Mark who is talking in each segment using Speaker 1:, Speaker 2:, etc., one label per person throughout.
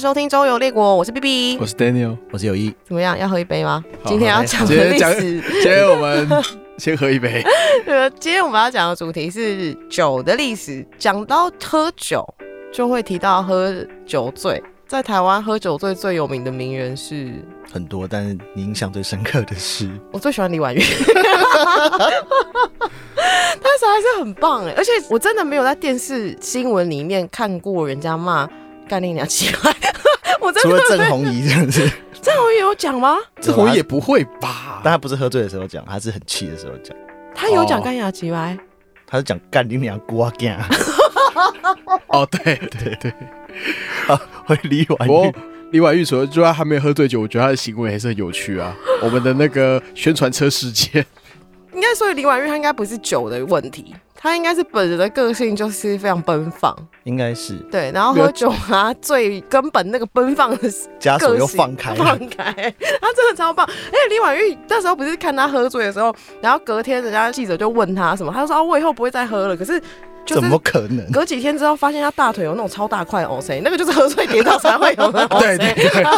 Speaker 1: 收听《周游列国》，我是 B B，
Speaker 2: 我是 Daniel，
Speaker 3: 我是有意，
Speaker 1: 怎么样？要喝一杯吗？
Speaker 2: 好
Speaker 1: 今天要讲
Speaker 2: 今
Speaker 1: 的历
Speaker 2: 天讲，今
Speaker 1: 史，
Speaker 2: 天我们先喝一杯。
Speaker 1: 呃， 今天我们要讲的主题是酒的历史。讲到喝酒，就会提到喝酒醉。在台湾喝酒醉最有名的名人是，
Speaker 3: 很多，但是你印象最深刻的是，
Speaker 1: 我最喜欢李婉玉，但是还是很棒哎，而且我真的没有在电视新闻里面看过人家骂干你娘奇怪， 我 真
Speaker 3: 除
Speaker 1: 的
Speaker 3: 了郑红怡这 样子，
Speaker 1: 郑红有讲吗？
Speaker 2: 这红也不会吧？
Speaker 3: 但他不是喝醉的时候讲，他是很气的时候讲，
Speaker 1: 他有讲
Speaker 2: 哦
Speaker 1: 干你娘奇怪。
Speaker 3: 他是讲干你娘瓜干，
Speaker 2: 哦，对对 对。
Speaker 3: 会李婉
Speaker 1: 哦
Speaker 2: 不过
Speaker 3: 玉，
Speaker 2: 李婉玉除了就算他没有喝醉酒，我觉得他的行为还是很有趣 啊。我们的那个宣传车事 件，
Speaker 1: 应该说林婉玉她应该不是酒的问题，她应该是本人的个性就是非常奔放，
Speaker 3: 应该是
Speaker 1: 对，然后
Speaker 2: 没有
Speaker 1: 喝酒啊，最根本那个奔放的
Speaker 3: 枷锁
Speaker 1: 个
Speaker 3: 又
Speaker 1: 性
Speaker 3: 放开了
Speaker 1: 放，开，她真的超棒。而且林婉玉那时候不是看她喝醉的时候，然后隔天人家记者就问她什么，她就说、啊、我以后不会再喝了，可是就
Speaker 3: 怎
Speaker 1: 是
Speaker 3: 么。可 能？
Speaker 1: 隔几天之后，发现她大腿有那种超大块哦塞，那个就是喝醉跌倒才会有的哦
Speaker 2: 对
Speaker 1: 塞。
Speaker 2: 对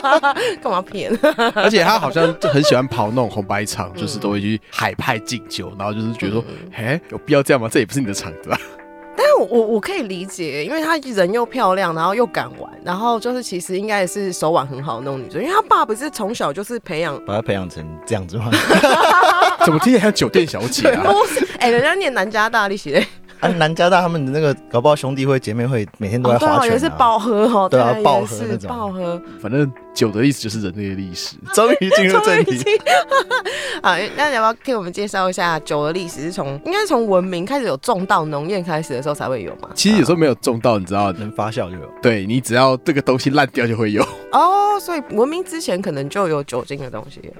Speaker 1: 干嘛骗？
Speaker 2: 而且他好像就很喜欢跑那种红白场，就是都会去海派敬酒，然后就是觉得说，哎，有必要这样吗？这也不是你的场 子啊。
Speaker 1: 但我我我可以理解，因为她人又漂亮，然后又敢玩，然后就是其实应该也是手腕很好的那种女生，因为她爸不是从小就是培养，
Speaker 3: 把他培养成这样子吗？
Speaker 2: 怎么听起来像酒店小姐 啊？
Speaker 1: 都是哎、人家念南加大力学，
Speaker 3: 啊，南加大他们的那个搞不好兄弟会、姐妹会每天都在
Speaker 1: 哦对
Speaker 3: 划
Speaker 1: 哦，也
Speaker 3: 拳啊
Speaker 1: 是饱喝哦，
Speaker 3: 对啊
Speaker 1: 也
Speaker 3: 爆喝
Speaker 1: 是
Speaker 3: 那种
Speaker 1: 爆 喝，
Speaker 2: 反正酒的历史就是人类的历史。
Speaker 3: 终于进 入正题，
Speaker 1: 啊，那你要不要给我们介绍一下酒的历史？是从应该是从文明开始有种稻农业开始的时候才会有嘛？
Speaker 2: 其实有时候没有中到，你知道，
Speaker 3: 能发酵就有。
Speaker 2: 对你只要这个东西烂掉就会有。
Speaker 1: 哦，所以文明之前可能就有酒精的东西了。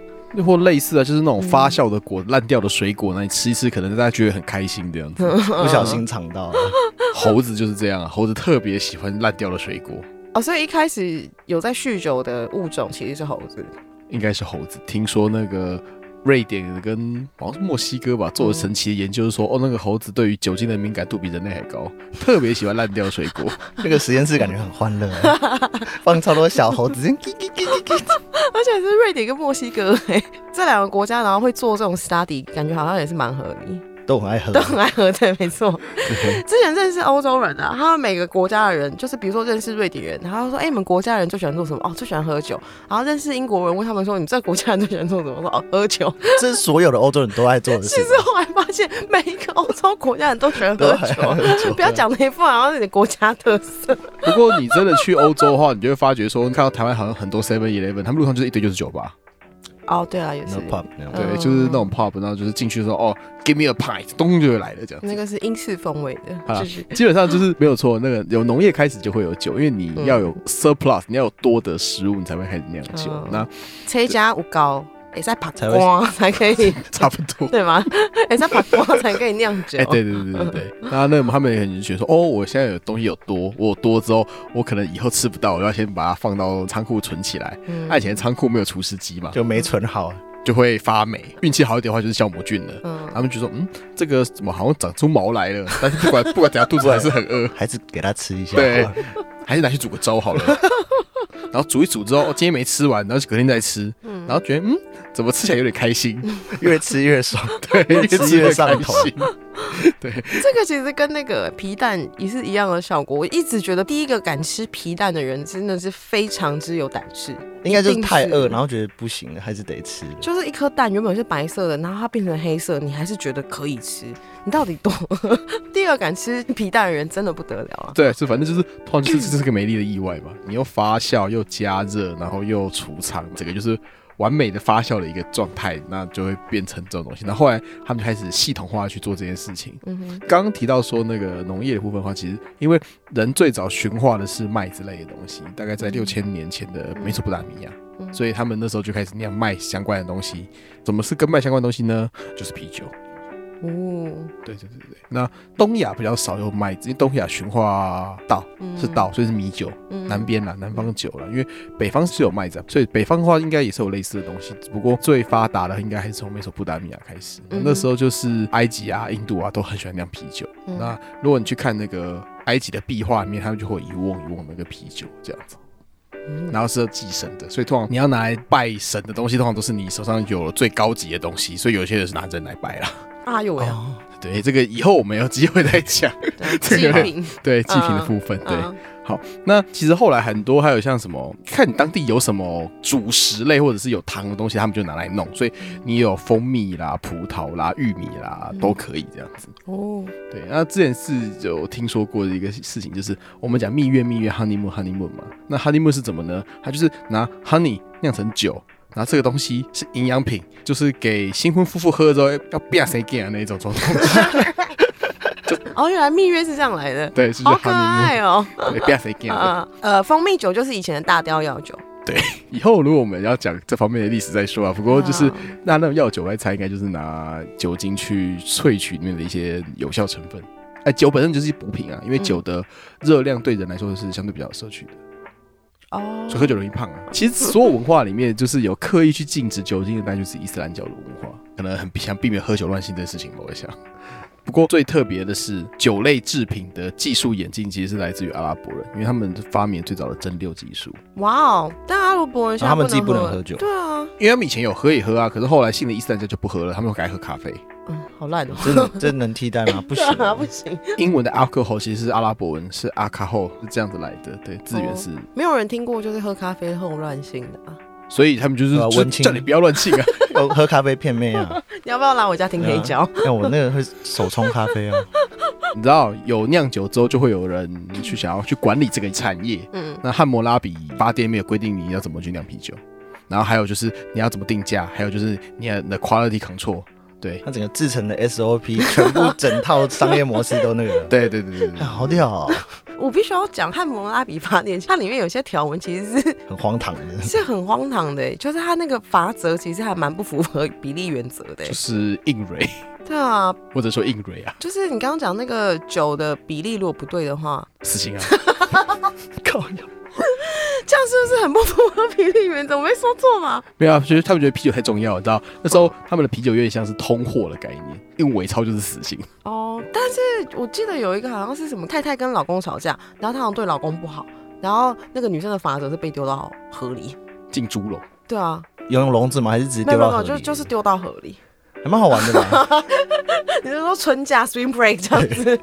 Speaker 2: 或类似啊，就是那种发酵的果、烂掉的水果，那你吃一吃，可能大家觉得很开心这样子。
Speaker 3: 不小心尝到
Speaker 1: 嗯
Speaker 3: 了，
Speaker 2: 猴子就是这样啊，猴子特别喜欢烂掉的水果，
Speaker 1: 哦，所以一开始有在酗酒的物种其实是猴子。
Speaker 2: 应该是猴子。听说那个瑞典跟好像是墨西哥吧，做了神奇的研究，说哦，那个猴子对于酒精的敏感度比人类还高，特别喜欢烂掉水果。
Speaker 3: 那个实验室感觉很欢乐，啊放超多小猴子，叽叽叽叽叽
Speaker 1: 而且是瑞典跟墨西哥、欸、这两个国家，然后会做这种 study，感觉好像也是蛮合理，
Speaker 3: 都很爱喝
Speaker 1: 都。很爱喝对，没错。
Speaker 2: 对
Speaker 1: 之前认识欧洲人啊，他们每个国家的人，就是比如说认识瑞典人，然后他说：“哎、你们国家人最喜欢做什么？哦，最喜欢喝酒。”然后认识英国人，问他们说：“你这国家人最喜欢做什么？”我说：“哦，喝酒。
Speaker 3: 这是所有的欧洲人都爱做的事
Speaker 1: 其实后来发现，每一个欧洲国家人都喜欢
Speaker 3: 啊
Speaker 1: 喝酒，不要讲那一副啊好像是你国家特色。
Speaker 2: 不过你真的去欧洲的话，你就会发觉说，看到台湾好像很多 Seven Eleven，他们路上就是一堆就是酒吧，
Speaker 1: 哦，对啊，也是
Speaker 3: ，no。pub 那种
Speaker 2: 对，就是那种 pub，然后就是进去说哦，give me a pint，咚就会来了这样子。
Speaker 1: 那个是英式风味的，
Speaker 2: 啊
Speaker 1: 就是
Speaker 2: 基本上就是没有错，那个有农业开始就会有酒，因为你要有 surplus，、你要有多的食物，你才会开始酿酒。
Speaker 1: 嗯
Speaker 2: 那
Speaker 1: 车加五高，也在爬
Speaker 3: 才会
Speaker 1: 光才可以
Speaker 2: 差不多。
Speaker 1: 对吗？也在法国才可以酿酒。
Speaker 2: 哎、对对对对对，那那他们也很觉得说，哦，我现在有东西有多，我有多之后，我可能以后吃不到，我要先把它放到仓库存起来。
Speaker 1: 嗯，
Speaker 2: 那以前仓库没有除湿机嘛，就
Speaker 3: 就没存好，
Speaker 2: 就会发霉。运气好一点的话，就是酵母菌了。
Speaker 1: 嗯，
Speaker 2: 他们就说，嗯，这个怎么好像长出毛来了？但是不管 不管怎样，肚子还是很饿，
Speaker 3: 还是给他吃一下。
Speaker 2: 对还是拿去煮个粥好了。 然后煮一煮之后，哦今天没吃完，然后隔天再吃，然后觉得嗯，怎么吃起来有点开 心，
Speaker 3: 越吃 越爽。
Speaker 2: 对，
Speaker 3: 越吃越上头
Speaker 2: 开心。
Speaker 1: 这个其实跟那个皮蛋也是一样的效果。我一直觉得第一个敢吃皮蛋的人真的是非常之有胆识，
Speaker 3: 应该就是太
Speaker 1: 一定
Speaker 3: 饿，然后觉得不行了，还是得 吃。
Speaker 1: 就是一颗蛋原本是白色的，然后它变成黑色，你还是觉得可以吃，你到底多？ 第二敢吃皮蛋的人真的不得了啊！
Speaker 2: 对，是反正就是，突然就是这是个美丽的意外嘛。你又发酵，又加热，然后又储藏，这个就是完美的发酵的一个状态，那就会变成这种东西。那后来他们就开始系统化地去做这件事情。
Speaker 1: 嗯哼，
Speaker 2: 刚刚提到说那个农业的部分的话，其实因为人最早驯化的是麦之类的东西，大概在六千年前的美索不达米亚，
Speaker 1: 嗯
Speaker 2: 所以他们那时候就开始酿麦相关的东西。什么是跟麦相关的东西呢？就是啤酒。
Speaker 1: 哦，
Speaker 2: 对对对对，那东亚比较少有麦子，因为东亚驯化稻
Speaker 1: 嗯
Speaker 2: 是稻，所以是米酒。
Speaker 1: 嗯
Speaker 2: 南边啦，南方酒啦，因为北方是有麦子啊，所以北方的话应该也是有类似的东西，只不过最发达的应该还是从美索不达米亚开始。
Speaker 1: 嗯哼
Speaker 2: 那时候就是埃及啊、印度啊都很喜欢酿啤酒。
Speaker 1: 嗯
Speaker 2: 那如果你去看那个埃及的壁画里面，他们就会有一瓮一瓮那个啤酒这样子。
Speaker 1: 嗯
Speaker 2: 然后是要祭神的，所以通常你要拿来拜神的东西，通常都是你手上有了最高级的东西，所以有些人是拿人来拜啦。
Speaker 1: 啊有呀，
Speaker 2: 哦，对，这个以后我们有机会再讲。
Speaker 1: 对啊
Speaker 2: 这
Speaker 1: 祭
Speaker 2: 个
Speaker 1: 品，
Speaker 2: 对祭品的
Speaker 1: 嗯
Speaker 2: 部分，对。好，那其实后来很多还有像什么，看你当地有什么主食类或者是有糖的东西，他们就拿来弄，所以你有蜂蜜啦、葡萄啦、玉米啦
Speaker 1: 嗯
Speaker 2: 都可以这样子。
Speaker 1: 哦，
Speaker 2: 对，那之前是有听说过的一个事情，就是我们讲蜜月、蜜月 honeymoon、honeymoon 嘛，那 honeymoon 是怎么呢？它就是拿 honey 酿成酒。拿这个东西是营养品，就是给新婚夫妇喝了之后哎要变谁干那一种状态。
Speaker 1: 哦，原来蜜月是这样来的，
Speaker 2: 对，这就是
Speaker 1: 好可爱
Speaker 2: honeymoon，
Speaker 1: 哦。
Speaker 2: 对，变谁干。
Speaker 1: 呃呃，蜂蜜酒就是以前的大雕药酒，
Speaker 2: 以后如果我们要讲这方面的历史再说啊。不过就是
Speaker 1: 啊
Speaker 2: 那那种药酒，我猜应该就是拿酒精去萃取里面的一些有效成分。哎，酒本身就是补品啊，因为
Speaker 1: 嗯
Speaker 2: 酒的热量对人来说是相对比较摄取的，
Speaker 1: 哦
Speaker 2: 所以喝酒容易胖啊。其实所有文化里面，就是有刻意去禁止酒精的，那就是伊斯兰教的文化，可能很想避免喝酒乱性这件事情吧，我想。不过最特别的是，酒类制品的技术演进其实是来自于阿拉伯人，因为他们发明最早的蒸馏技术。
Speaker 1: 哇哦！但阿拉伯人现在
Speaker 3: 啊他们自己不能
Speaker 1: 喝
Speaker 3: 喝酒
Speaker 1: 对啊，
Speaker 2: 因为他们以前有喝也喝啊，可是后来信了伊斯兰教就不喝了，他们改喝咖啡。
Speaker 1: 嗯，好烂哦，
Speaker 3: 这能这能替代吗？不 行，
Speaker 1: 对啊不行，
Speaker 2: 英文的 alcohol 其实是阿拉伯文，是阿卡后是这样子来的，对，字源是，
Speaker 1: 没有人听过就是喝咖啡后乱性的啊！
Speaker 2: 所以他们就是
Speaker 3: 对啊
Speaker 2: 就
Speaker 3: 文青
Speaker 2: 叫你不要乱性啊。
Speaker 3: 喝喝咖啡骗 妹啊！
Speaker 1: 你要不要来我家听黑胶？
Speaker 3: 那啊我那个会手冲咖啡 啊，
Speaker 2: 你知道有酿酒之后，就会有人去想要去管理这个产业。
Speaker 1: 嗯，
Speaker 2: 那汉谟拉比法典没有规定你要怎么去酿啤酒，然后还有就是你要怎么定价，还有就是你的 quality control，对，
Speaker 3: 它整个制成的 SOP 全部整套商业模式都那个 了，
Speaker 2: 对对对对对
Speaker 3: 哎，，好屌哦，
Speaker 1: 我必须要讲《汉谟拉比法典》，它里面有些条文其实是。
Speaker 3: 很荒唐的
Speaker 1: 是很荒唐的，欸就是它那个法则其实还蛮不符合比例原则的欸
Speaker 2: 就。是硬蕊
Speaker 1: 对啊，
Speaker 2: 或者说硬蕊啊，
Speaker 1: 就是你刚刚讲那个酒的比例如果不对的话，
Speaker 2: 死刑啊。
Speaker 3: 靠，
Speaker 1: 这样是不是很不符合比例原则？我没说错吗？
Speaker 2: 没有、啊，就是他们觉得啤酒太重要，你知道那时候他们的啤酒有点像是通货的概念，用伪钞就是死刑。
Speaker 1: 哦，但是我记得有一个好像是什么太太跟老公吵架，然后她好像对老公不好，然后那个女生的法则是被丢到河里。
Speaker 2: 进猪笼，
Speaker 1: 对啊，
Speaker 3: 有用笼子吗？还是直接
Speaker 1: 没有
Speaker 3: 丢
Speaker 1: 没有
Speaker 3: 到
Speaker 1: 没
Speaker 3: 河
Speaker 1: 有，
Speaker 3: 里？
Speaker 1: 就就是丢到河里。
Speaker 3: 还蛮好玩的吧？
Speaker 1: 你是说春假 swing break 这样子？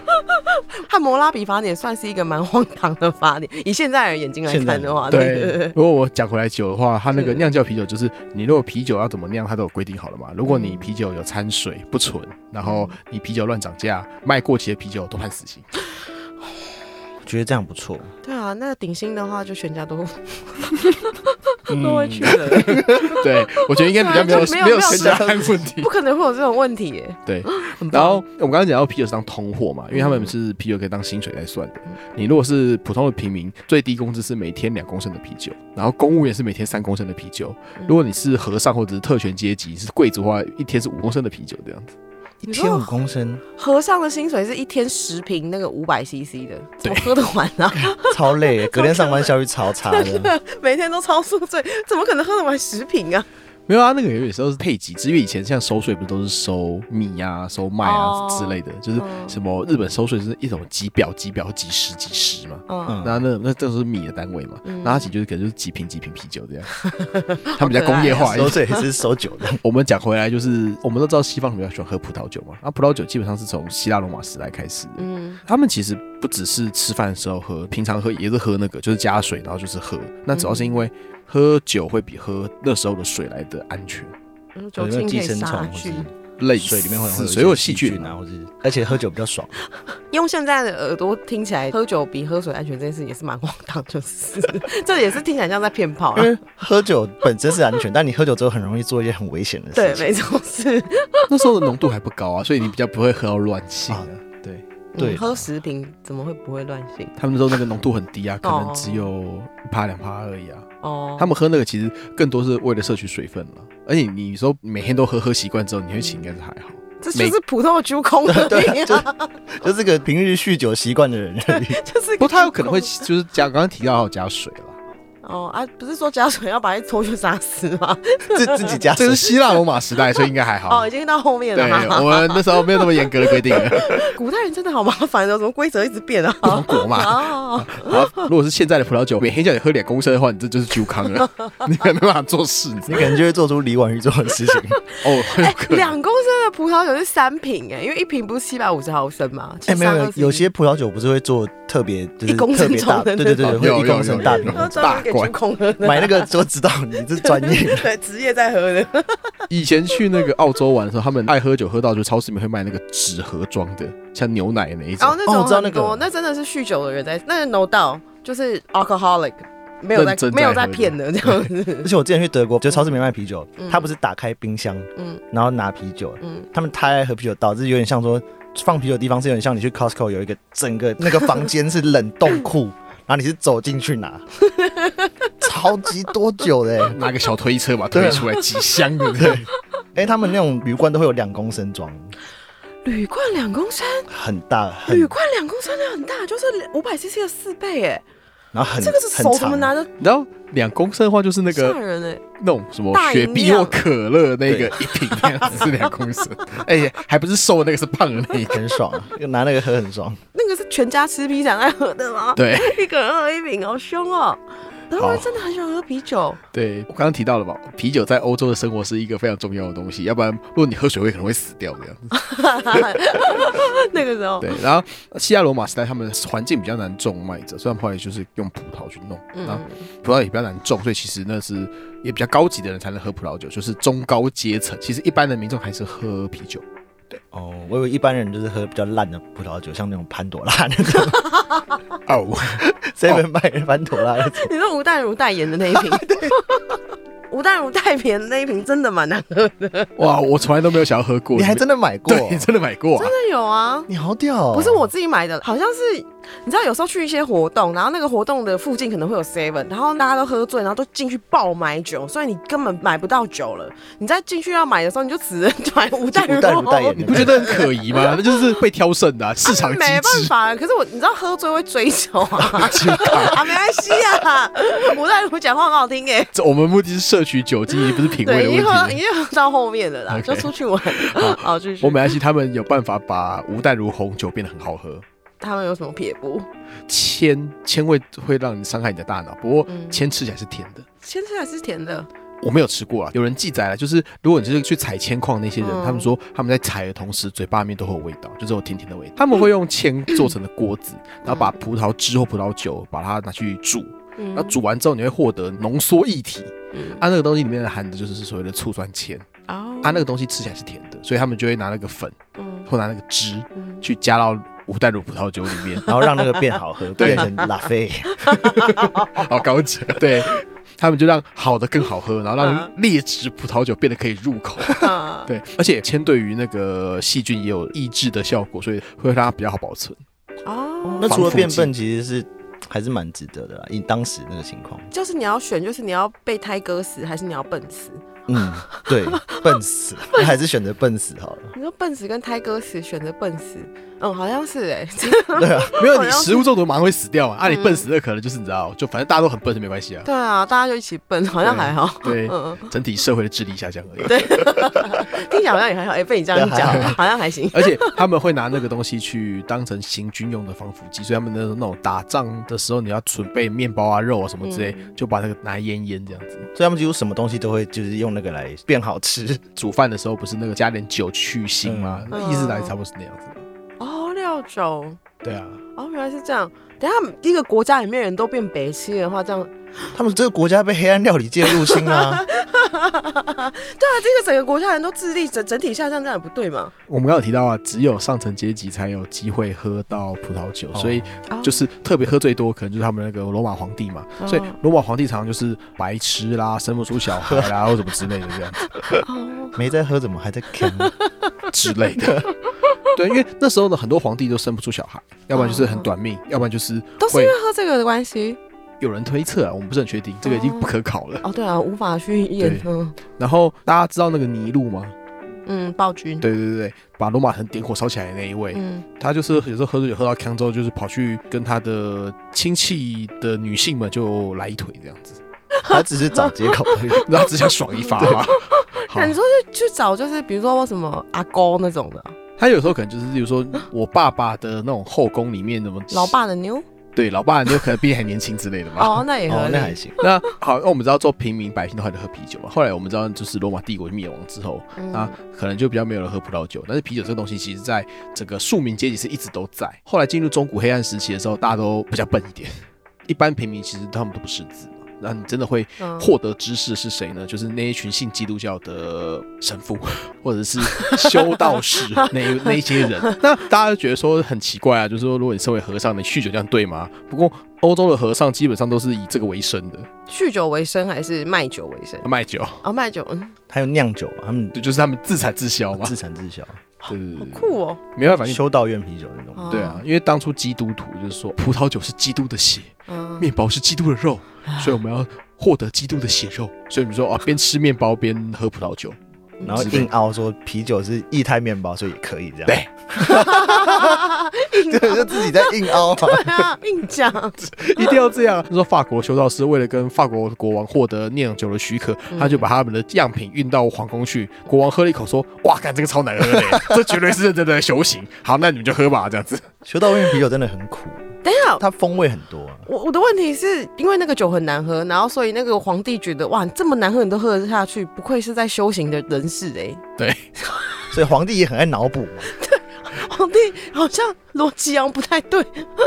Speaker 1: 汉摩拉比法典算是一个蛮荒唐的法典，以现在人眼睛来看的话，啊对对对
Speaker 2: 如果我讲回来酒的话，它那个
Speaker 1: 是
Speaker 2: 酿造啤酒就是，你如果啤酒要怎么酿，它都有规定好了嘛。如果
Speaker 1: 嗯
Speaker 2: 你啤酒有掺水不纯，然后你啤酒乱涨价，卖过期的啤酒都判死刑。
Speaker 3: 我觉得这样不错。
Speaker 1: 对啊，那顶薪的话就全家都
Speaker 2: 嗯
Speaker 1: 都会去了，
Speaker 2: 对，我觉得应该比 较没有
Speaker 1: 啊就没有
Speaker 2: 没有
Speaker 1: 没有
Speaker 2: 时
Speaker 1: 这样
Speaker 2: 间问题
Speaker 1: 不。可能会有这种问题耶。
Speaker 2: 对，
Speaker 1: 很棒嗯
Speaker 2: 然后我们刚刚讲到啤酒是当通货嘛，因为他们是啤酒可以当薪水来算的。你如果是普通的平民，最低工资是每天两公升的啤酒，然后公务员是每天三公升的啤酒。
Speaker 1: 嗯
Speaker 2: 如果你是和尚或者是特权阶级，是贵族的话，一天是五公升的啤酒这样子。
Speaker 3: 一
Speaker 1: 你
Speaker 3: 天
Speaker 1: 说
Speaker 3: 五公升，
Speaker 1: 和尚的薪水是一天十瓶那个五百 CC 的，怎么喝得完啊？
Speaker 3: 超 累，隔天上班效率超差的。
Speaker 1: 每天都超宿醉， 怎么可能喝得完十瓶啊？
Speaker 2: 没有啊，那个有时候是配给，因为以前像收税不是都是收米啊、收麦啊
Speaker 1: 哦
Speaker 2: 之类的，就是
Speaker 1: 嗯
Speaker 2: 什么日本收税是一种几表、几表、几十、几十嘛。
Speaker 1: 嗯，
Speaker 3: 嗯，
Speaker 2: 那那那都是米的单位嘛，
Speaker 1: 嗯
Speaker 2: 那它其实就是可能就是几瓶几瓶啤酒 这样，他们比较工业化一点
Speaker 1: 啊
Speaker 3: 收。水也是收酒的，
Speaker 2: 我们讲回来，就是我们都知道西方人比较喜欢喝葡萄酒嘛，那、葡萄酒基本上是从希腊罗马时代开始的。
Speaker 1: 嗯，
Speaker 2: 他们其实不只是吃饭的时候喝，平常喝也是喝那个，就是加水，然后就是喝。
Speaker 1: 嗯
Speaker 2: 那主要是因为喝酒会比喝那时候的水来的安全，
Speaker 1: 嗯 酒
Speaker 3: 有没
Speaker 1: 精可
Speaker 3: 有寄
Speaker 1: 以
Speaker 3: 生虫
Speaker 1: 杀
Speaker 3: 或是
Speaker 1: 菌。
Speaker 2: 类似
Speaker 3: 水里面会有
Speaker 2: 水有细菌
Speaker 3: 啊，。或是而且喝酒比较爽。
Speaker 1: 用现在的耳朵听起来，喝酒比喝水安全这件事也是蛮荒唐，就是这也是听起来像在骗炮
Speaker 3: 因
Speaker 1: 啊。
Speaker 3: 为喝酒本身是安全，但你喝酒之后很容易做一些很危险的
Speaker 1: 对
Speaker 3: 事，情。
Speaker 1: 没错，是
Speaker 2: 那时候的浓度还不高啊，所以你比较不会喝到乱性啊
Speaker 1: 哦
Speaker 3: 啊。
Speaker 2: 对
Speaker 3: 对
Speaker 1: 嗯喝十瓶怎么会不会乱性？
Speaker 2: 他们说那个浓度很低啊，可能
Speaker 1: 哦
Speaker 2: 只有一趴两趴而已啊。
Speaker 1: 哦，
Speaker 2: 他们喝那个其实更多是为了摄取水分了，而且你说每天都喝喝习惯之后，你会醒应该是还好。
Speaker 1: 这
Speaker 2: 每
Speaker 1: 就是普通的酒空而已啊，
Speaker 3: 就是个 平日酗酒习惯的人而已。
Speaker 1: 就是
Speaker 2: 不过它有可能会就是加，刚刚提到还有加水啦，
Speaker 1: 哦啊，不是说加水要把一头就杀死吗？
Speaker 3: 自自己加
Speaker 2: 这
Speaker 3: 水
Speaker 2: 是希腊罗马时代，所以应该还好
Speaker 1: 哦，已。经到后面
Speaker 2: 对
Speaker 1: 了哈。
Speaker 2: 我们那时候没有那么严格的规定了，
Speaker 1: 古代人真的好麻烦哦，怎么规则一直变啊？
Speaker 2: 不同国嘛。
Speaker 1: 哦，
Speaker 2: 然后如果是现在的葡萄酒，每天叫你喝两公升的话，你这就是酒康了，你可能没办法做事。你知
Speaker 3: 你
Speaker 2: 道
Speaker 3: 可能就会做出李婉玉做的事 情。
Speaker 2: 哦， 很有
Speaker 1: 哎，
Speaker 2: 可能。
Speaker 1: 两公升的葡萄酒是三瓶哎，因为一瓶不是七百五十毫升嘛？
Speaker 3: 哎，没有，没有
Speaker 1: 720
Speaker 3: 有些葡萄酒不是会做特别，就是
Speaker 1: 一公
Speaker 3: 特
Speaker 1: 升
Speaker 3: 别大，
Speaker 1: 重的
Speaker 3: 对
Speaker 1: 那
Speaker 3: 对对，
Speaker 2: 种
Speaker 3: 会有一
Speaker 2: 有
Speaker 3: 公升
Speaker 2: 有
Speaker 3: 大
Speaker 2: 有
Speaker 3: 瓶
Speaker 2: 有
Speaker 3: 的
Speaker 1: 都
Speaker 2: 有。
Speaker 1: 专门给
Speaker 2: 大
Speaker 1: 军
Speaker 2: 罐
Speaker 1: 控 喝的，
Speaker 3: 买那个就知道你是专业
Speaker 1: 对职业在喝的。
Speaker 2: 以前去那个澳洲玩的时候，他们爱喝酒，喝到就超市里面会卖那个纸盒装的，像牛奶那一
Speaker 1: 然
Speaker 2: 种
Speaker 1: 后。那
Speaker 3: 哦
Speaker 1: 种
Speaker 3: 我知道
Speaker 1: 很
Speaker 3: 那个
Speaker 1: 多，那真的是酗酒的人在，那 no doubt 就是 alcoholic，没有
Speaker 2: 认
Speaker 1: 在
Speaker 2: 真
Speaker 1: 没有
Speaker 2: 在
Speaker 1: 在
Speaker 2: 喝的
Speaker 1: 骗 的这样子。
Speaker 3: 而且我之前去德国，就超市里面卖啤酒
Speaker 1: 嗯，
Speaker 3: 他不是打开冰箱，
Speaker 1: 嗯
Speaker 3: 然后拿啤酒，
Speaker 1: 嗯，
Speaker 3: 他们太爱喝啤酒，导致有点像说放啤酒的地方是有点像你去 Costco 有一个整个 那个房间是冷 冻库，然后你是走进去拿，超级多酒的、欸。
Speaker 2: 拿个小推车把它推出来，几箱的，对，
Speaker 3: 哎、他们那种旅馆都会有两公升装，
Speaker 1: 铝罐两公升，
Speaker 3: 很大，
Speaker 1: 铝
Speaker 3: 很
Speaker 1: 罐两公升量很大，就是五百 CC 的四倍哎，
Speaker 3: 然后很
Speaker 1: 这个是手
Speaker 3: 很
Speaker 1: 怎么
Speaker 3: 长
Speaker 1: 拿的？
Speaker 2: 然后两公升的话就是那个
Speaker 1: 吓人哎！
Speaker 2: 那种什么
Speaker 1: 大
Speaker 2: 雪
Speaker 1: 饮
Speaker 2: 碧
Speaker 1: 料
Speaker 2: 或可乐那个一瓶那样子是两公升，哎、还不是瘦的那个是胖的那 一个。
Speaker 3: 很爽、啊，拿那个喝很爽。
Speaker 1: 那个是全家吃披萨在喝的吗？，
Speaker 2: 对
Speaker 1: 一个人喝一瓶，好凶哦。德国人真的很喜欢喝啤酒，
Speaker 2: 对，我刚刚提到了嘛，啤酒在欧洲的生活是一个非常重要的东西，要不然如果你喝水会可能会死掉这样
Speaker 3: 哦
Speaker 2: 子。
Speaker 1: 那个时候，
Speaker 2: 对，然后希腊罗马时代他们环境比较难种麦子，所以他们后来就是用葡萄去弄，然后
Speaker 1: 嗯，
Speaker 2: 葡萄也比较难种，所以其实那是也比较高级的人才能喝葡萄酒，就是中高阶层。其实一般的民众还是喝啤酒。
Speaker 3: 哦，我以为一般人就是喝比较烂的葡萄酒，像那种潘朵拉那种
Speaker 2: 哦，
Speaker 3: seven 卖的潘朵拉那种。
Speaker 1: 你说吴淡如代言的那一 瓶， 吴淡如代言的那一瓶真的蛮难喝的，
Speaker 2: 哇，我从来都没有想要喝过，
Speaker 3: 你还真的买过？
Speaker 2: 对， 真的买过、啊，
Speaker 1: 真的有啊。
Speaker 3: 你好屌、哦！
Speaker 1: 不是我自己买的，好像是你知道，有时候去一些活动，然后那个活动的附近可能会有 seven，然后大家都喝醉，然后都进去爆买酒，所以你根本买不到酒了。你再进去要买的时候，你就只能买 无代
Speaker 3: 吴淡如代言的，
Speaker 2: 你不觉得很可疑吗？那就是被挑剩的、啊、市场 机
Speaker 1: 没办
Speaker 2: 制。
Speaker 1: 法，可是我你知道喝醉会追酒啊，啊没关系啊，吴淡如讲话很好听哎、
Speaker 2: 这我们目的是摄取酒精，不是品
Speaker 1: 对，
Speaker 2: 味的
Speaker 1: 已经喝
Speaker 2: 问
Speaker 1: 已
Speaker 2: 题。
Speaker 1: 经喝到后面了啦
Speaker 2: OK
Speaker 1: 就出去玩， 哦好继续。
Speaker 2: 我没关系，他们有办法把吴淡如红酒变得很好喝。
Speaker 1: 他们有什么撇步？
Speaker 2: 铅铅会会让你伤害你的大脑，不过
Speaker 1: 嗯
Speaker 2: 铅吃起来是甜的。
Speaker 1: 先吃还是甜的，
Speaker 2: 我没有吃过啊，有人记载了，就是如果你就是去采铅矿那些人，
Speaker 1: 嗯
Speaker 2: 他们说他们在采的同时，嘴巴里面都会有味道，就是有甜甜的味道。他们会用铅做成的锅子，然后把葡萄汁或葡萄酒把它拿去煮，
Speaker 1: 嗯
Speaker 2: 那煮完之后你会获得浓缩液体，
Speaker 1: 嗯
Speaker 2: 它、啊、那个东西里面含的就是所谓的醋酸铅，
Speaker 1: 哦
Speaker 2: 它、啊、那个东西吃起来是甜的，所以他们就会拿那个粉
Speaker 1: 嗯
Speaker 2: 或拿那个汁
Speaker 1: 嗯
Speaker 2: 去加到无淡乳葡萄酒里 面
Speaker 3: 然后让那个变 好喝，
Speaker 2: 对
Speaker 3: 变成拉菲。
Speaker 2: 好高级，对。他们就让好的更好喝，然后
Speaker 1: 嗯
Speaker 2: 让劣质葡萄酒变得可以入口。
Speaker 1: 啊
Speaker 2: 对，而且铅对于那个细菌也有抑制的效果，所以会让它比较好保存。
Speaker 1: 哦
Speaker 3: 那
Speaker 2: 防
Speaker 3: 除了
Speaker 2: 腐
Speaker 3: 变
Speaker 2: 剂
Speaker 3: 笨，其实是还是蛮值得的啦。以当时那个情况，
Speaker 1: 就是你要选，就是你要被胎割死，还是你要笨死？
Speaker 3: 嗯， 对，笨死，还是选择笨死好了。
Speaker 1: 你说笨死跟胎割死，选择笨死，嗯，好像是哎、
Speaker 3: 对啊，
Speaker 2: 没有
Speaker 1: 好
Speaker 2: 你
Speaker 1: 像是
Speaker 2: 食物中毒马上会死掉嘛？啊，你
Speaker 1: 嗯
Speaker 2: 笨死的可能就是你知道，就反正大家都很笨是没关系啊。
Speaker 1: 对啊，大家就一起笨，好像还好。
Speaker 2: 对，
Speaker 1: 嗯，
Speaker 2: 整体社会的智力下降而已。
Speaker 1: 听起来好像也还好。哎、被你这样
Speaker 2: 啊
Speaker 1: 一
Speaker 3: 对
Speaker 1: 讲
Speaker 3: 还，
Speaker 1: 好像还行。
Speaker 2: 而且他们会拿那个东西去当成行军用的防腐剂，所以他们那种那种打仗的时候，你要准备面包啊、肉啊什么之类，
Speaker 1: 嗯
Speaker 2: 就把那个拿来腌腌这样子。
Speaker 3: 所以他们几乎什么东西都会就是用那个来变好吃。
Speaker 2: 煮饭的时候不是那个加点酒去腥吗？
Speaker 1: 嗯
Speaker 2: 那意式奶差不多是那样子的。
Speaker 1: 哦，料酒，
Speaker 2: 对啊，
Speaker 1: 哦，原来是这样。等一下一个国家里面人都变北西的话，这样
Speaker 3: 他们这个国家被黑暗料理界入侵 啦、
Speaker 1: 那啊这个整个国家人都智力整整体下降，这样也不对嘛？
Speaker 2: 我们刚刚有提到啊，只有上层阶级才有机会喝到葡萄酒，
Speaker 3: 哦
Speaker 2: 所以
Speaker 1: 哦
Speaker 2: 就是特别喝最多，可能就是他们那个罗马皇帝嘛。
Speaker 1: 哦
Speaker 2: 所以罗马皇帝常常就是白痴啦，生不出小孩啦，或什么之类的 这样子
Speaker 1: 哦，
Speaker 3: 没在喝，怎么还在啃？
Speaker 2: 之类的。对，因为那时候呢，很多皇帝都生不出小孩，要不然就是很短命，要不然就是
Speaker 1: 哦都是因
Speaker 2: 会
Speaker 1: 为喝这个的关系。
Speaker 2: 有人推测啊，我们不是很确定，这个已经不可考了。
Speaker 1: 哦，对啊，无法去验。嗯
Speaker 2: 然后大家知道那个尼禄吗？
Speaker 1: 嗯，暴君，
Speaker 2: 对对对对，把罗马城点火烧起来的那一位，
Speaker 1: 嗯
Speaker 2: 他就是有时候喝醉酒喝到康之后，就是跑去跟他的亲戚的女性们就来一腿这样 子，
Speaker 3: 他只是找借口而已。
Speaker 2: 然后只想爽一发嘛。 好
Speaker 1: 那你说去找就是比如说什么阿勾那种的，
Speaker 2: 他有时候可能就是，例如说我爸爸的那种后宫里面，怎么
Speaker 1: 老爸的妞，
Speaker 2: 对老爸，你有可能毕竟还年轻之类的嘛。
Speaker 1: 哦，那也合
Speaker 3: 哦，
Speaker 1: 理
Speaker 3: 那，还行。
Speaker 2: 那好，那我们知道做平民百姓都还在喝啤酒嘛。后来我们知道，就是罗马帝国灭亡之后，
Speaker 1: 嗯
Speaker 2: 那可能就比较没有人喝葡萄酒。但是啤酒这个东西，其实在整个庶民阶级是一直都在。后来进入中古黑暗时期的时候，大家都比较笨一点，一般平民其实他们都不识字嘛。那你真的会
Speaker 1: 嗯
Speaker 2: 获得知识是谁呢？就是那一群信基督教的神父，或者是修 道士那一那一些人。那大家就觉得说很奇怪啊，就是说如果你身为和尚，你酗酒这样对吗？不过欧洲的和尚基本上都是以这个为生的，
Speaker 1: 酗酒为生还是卖酒为生？
Speaker 2: 卖酒，
Speaker 1: 啊，卖酒，嗯，
Speaker 3: 还有酿酒嘛，他们
Speaker 2: 对，就是他们自产自销嘛，
Speaker 3: 自产自销，
Speaker 2: 对对对，对
Speaker 1: 酷哦，
Speaker 2: 没办法，因为
Speaker 3: 修道院啤酒那种。
Speaker 1: 哦
Speaker 2: 对啊，，因为当初基督徒就是说葡萄酒是基督的血，
Speaker 1: 嗯，
Speaker 2: 面包是基督的肉，
Speaker 1: 啊
Speaker 2: 所以我们要获得基督的血肉，所以你 说啊，边吃面包边喝葡萄酒，
Speaker 3: 然后硬凹说啤酒是液态面包，所以也可以这样。
Speaker 2: 对，
Speaker 3: 对，就自己在硬凹嘛。
Speaker 1: 硬讲，
Speaker 2: 一定要这样。 他说法国修道士为了跟法国国王获得酿酒的许可，
Speaker 1: 嗯
Speaker 2: 他就把他们的样品运到皇宫去。国王喝了一口，说：“ 哇，干这个超难喝的， 这绝对是认真的修行。好，那你们就喝吧，这样子。
Speaker 3: 修道院啤酒真的很苦，
Speaker 1: 等一下。
Speaker 3: 它风味很多啊。
Speaker 1: 我我的问题是因为那个酒很难喝，然后所以那个皇帝觉得哇，这么难喝你都喝得下去，不愧是在修行的人士哎、
Speaker 2: 对，
Speaker 3: 所以皇帝也很爱脑补嘛。
Speaker 1: 皇帝好像逻辑好像不太对。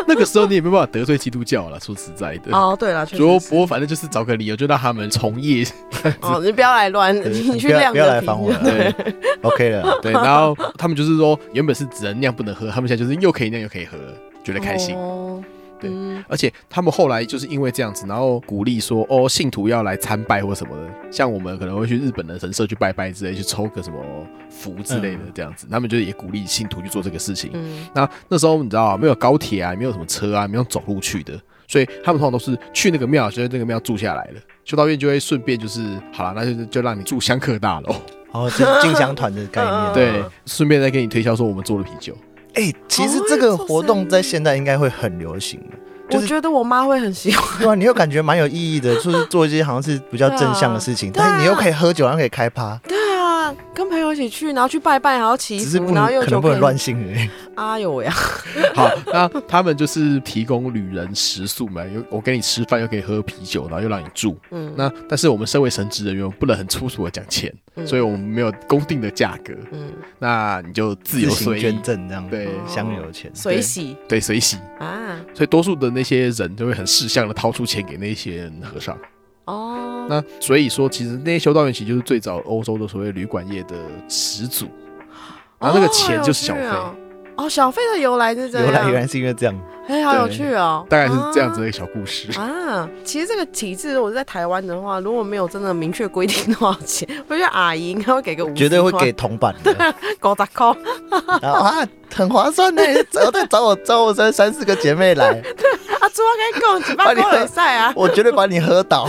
Speaker 2: 那个时候你也没办法得罪基督教了，说实在的。
Speaker 1: 哦，对了，确
Speaker 2: 不过
Speaker 1: 实
Speaker 2: 不过反正就是找个理由，就让他们从业。
Speaker 1: 哦，你不要来乱，
Speaker 3: 对
Speaker 1: 你去
Speaker 3: 不要
Speaker 1: 晾
Speaker 3: 不要
Speaker 1: 着
Speaker 3: 来
Speaker 1: 皮
Speaker 3: 烦我了
Speaker 2: 对
Speaker 3: OK 了，
Speaker 2: 对，然后他们就是说，原本是只能酿不能喝，他们现在就是又可以酿又可以喝，觉得开心。
Speaker 1: 哦、
Speaker 2: 对
Speaker 1: 嗯
Speaker 2: 而且他们后来就是因为这样子，然后鼓励说哦，信徒要来参拜或什么的，像我们可能会去日本的神社去拜拜之类，去抽个什么符之类的这样子，他们就也鼓励信徒去做这个事情。
Speaker 1: 嗯
Speaker 2: 那那时候你知道、啊、没有高铁啊，没有什么车啊，没有走路去的，所以他们通常都是去那个庙，就在那个庙住下来了。修道院就会顺便就是好了，那就是就让你住香客大楼，
Speaker 3: 哦，这进香团的概念。
Speaker 1: 嗯
Speaker 2: 对，顺便再给你推销说我们做的啤酒。
Speaker 3: 哎、其实这个活动在现在应该会很流行的， 就
Speaker 1: 我
Speaker 3: 是
Speaker 1: 觉得我妈会很喜欢。
Speaker 3: 对啊，你又感觉蛮有意义的，就是做一些好像是比较正向的事情，
Speaker 1: 对啊
Speaker 3: 但是你又可以喝酒，然后可以开趴，
Speaker 1: 对啊，跟朋友一起去，然后去拜拜，还要祈
Speaker 3: 只是
Speaker 1: 福，
Speaker 3: 不
Speaker 1: 然
Speaker 3: 能
Speaker 1: 后又
Speaker 3: 可能
Speaker 1: 酒
Speaker 3: 不
Speaker 1: 可
Speaker 3: 能
Speaker 1: 以
Speaker 3: 乱性而已。
Speaker 1: 啊有呀，
Speaker 2: 好，那他们就是提供旅人食宿嘛，又我给你吃饭，又可以喝啤酒，然后又让你住。
Speaker 1: 嗯
Speaker 2: 那但是我们身为神职人员，我们不能很粗俗的讲钱，
Speaker 1: 嗯
Speaker 2: 所以我们没有公定的价格，
Speaker 1: 嗯，
Speaker 2: 那你就 自
Speaker 3: 自
Speaker 2: 由
Speaker 3: 行
Speaker 2: 随意
Speaker 3: 捐，赠这样，
Speaker 2: 对
Speaker 3: 香油钱。
Speaker 1: 水洗
Speaker 2: 对，随喜。
Speaker 1: 啊，
Speaker 2: 所以多数的那些人就会很识相的掏出钱给那些人和尚。
Speaker 1: 哦，
Speaker 2: 那所以说，其实那些修道院其实就是最早欧洲的所谓旅馆业的始祖，然后那个钱就是小费，
Speaker 1: 哦好有趣哦哦，小费的由来是这
Speaker 3: 由来
Speaker 1: 样，
Speaker 3: 原来是因为这样，
Speaker 1: 哎、好有趣哦，
Speaker 2: 大概是这样子的一个小故事。
Speaker 1: 啊。啊，其实这个体制，如果是在台湾的话，如果没有真的明确规定多少钱，我觉得阿姨应该会给个五，
Speaker 3: 绝对会给铜板 的。
Speaker 1: 狗杂扣，
Speaker 3: 然后啊，很划算呢，找再找我找我这三四个姐妹来，
Speaker 1: 啊，主要该够几百高冷赛啊，
Speaker 3: 我绝对把你喝倒。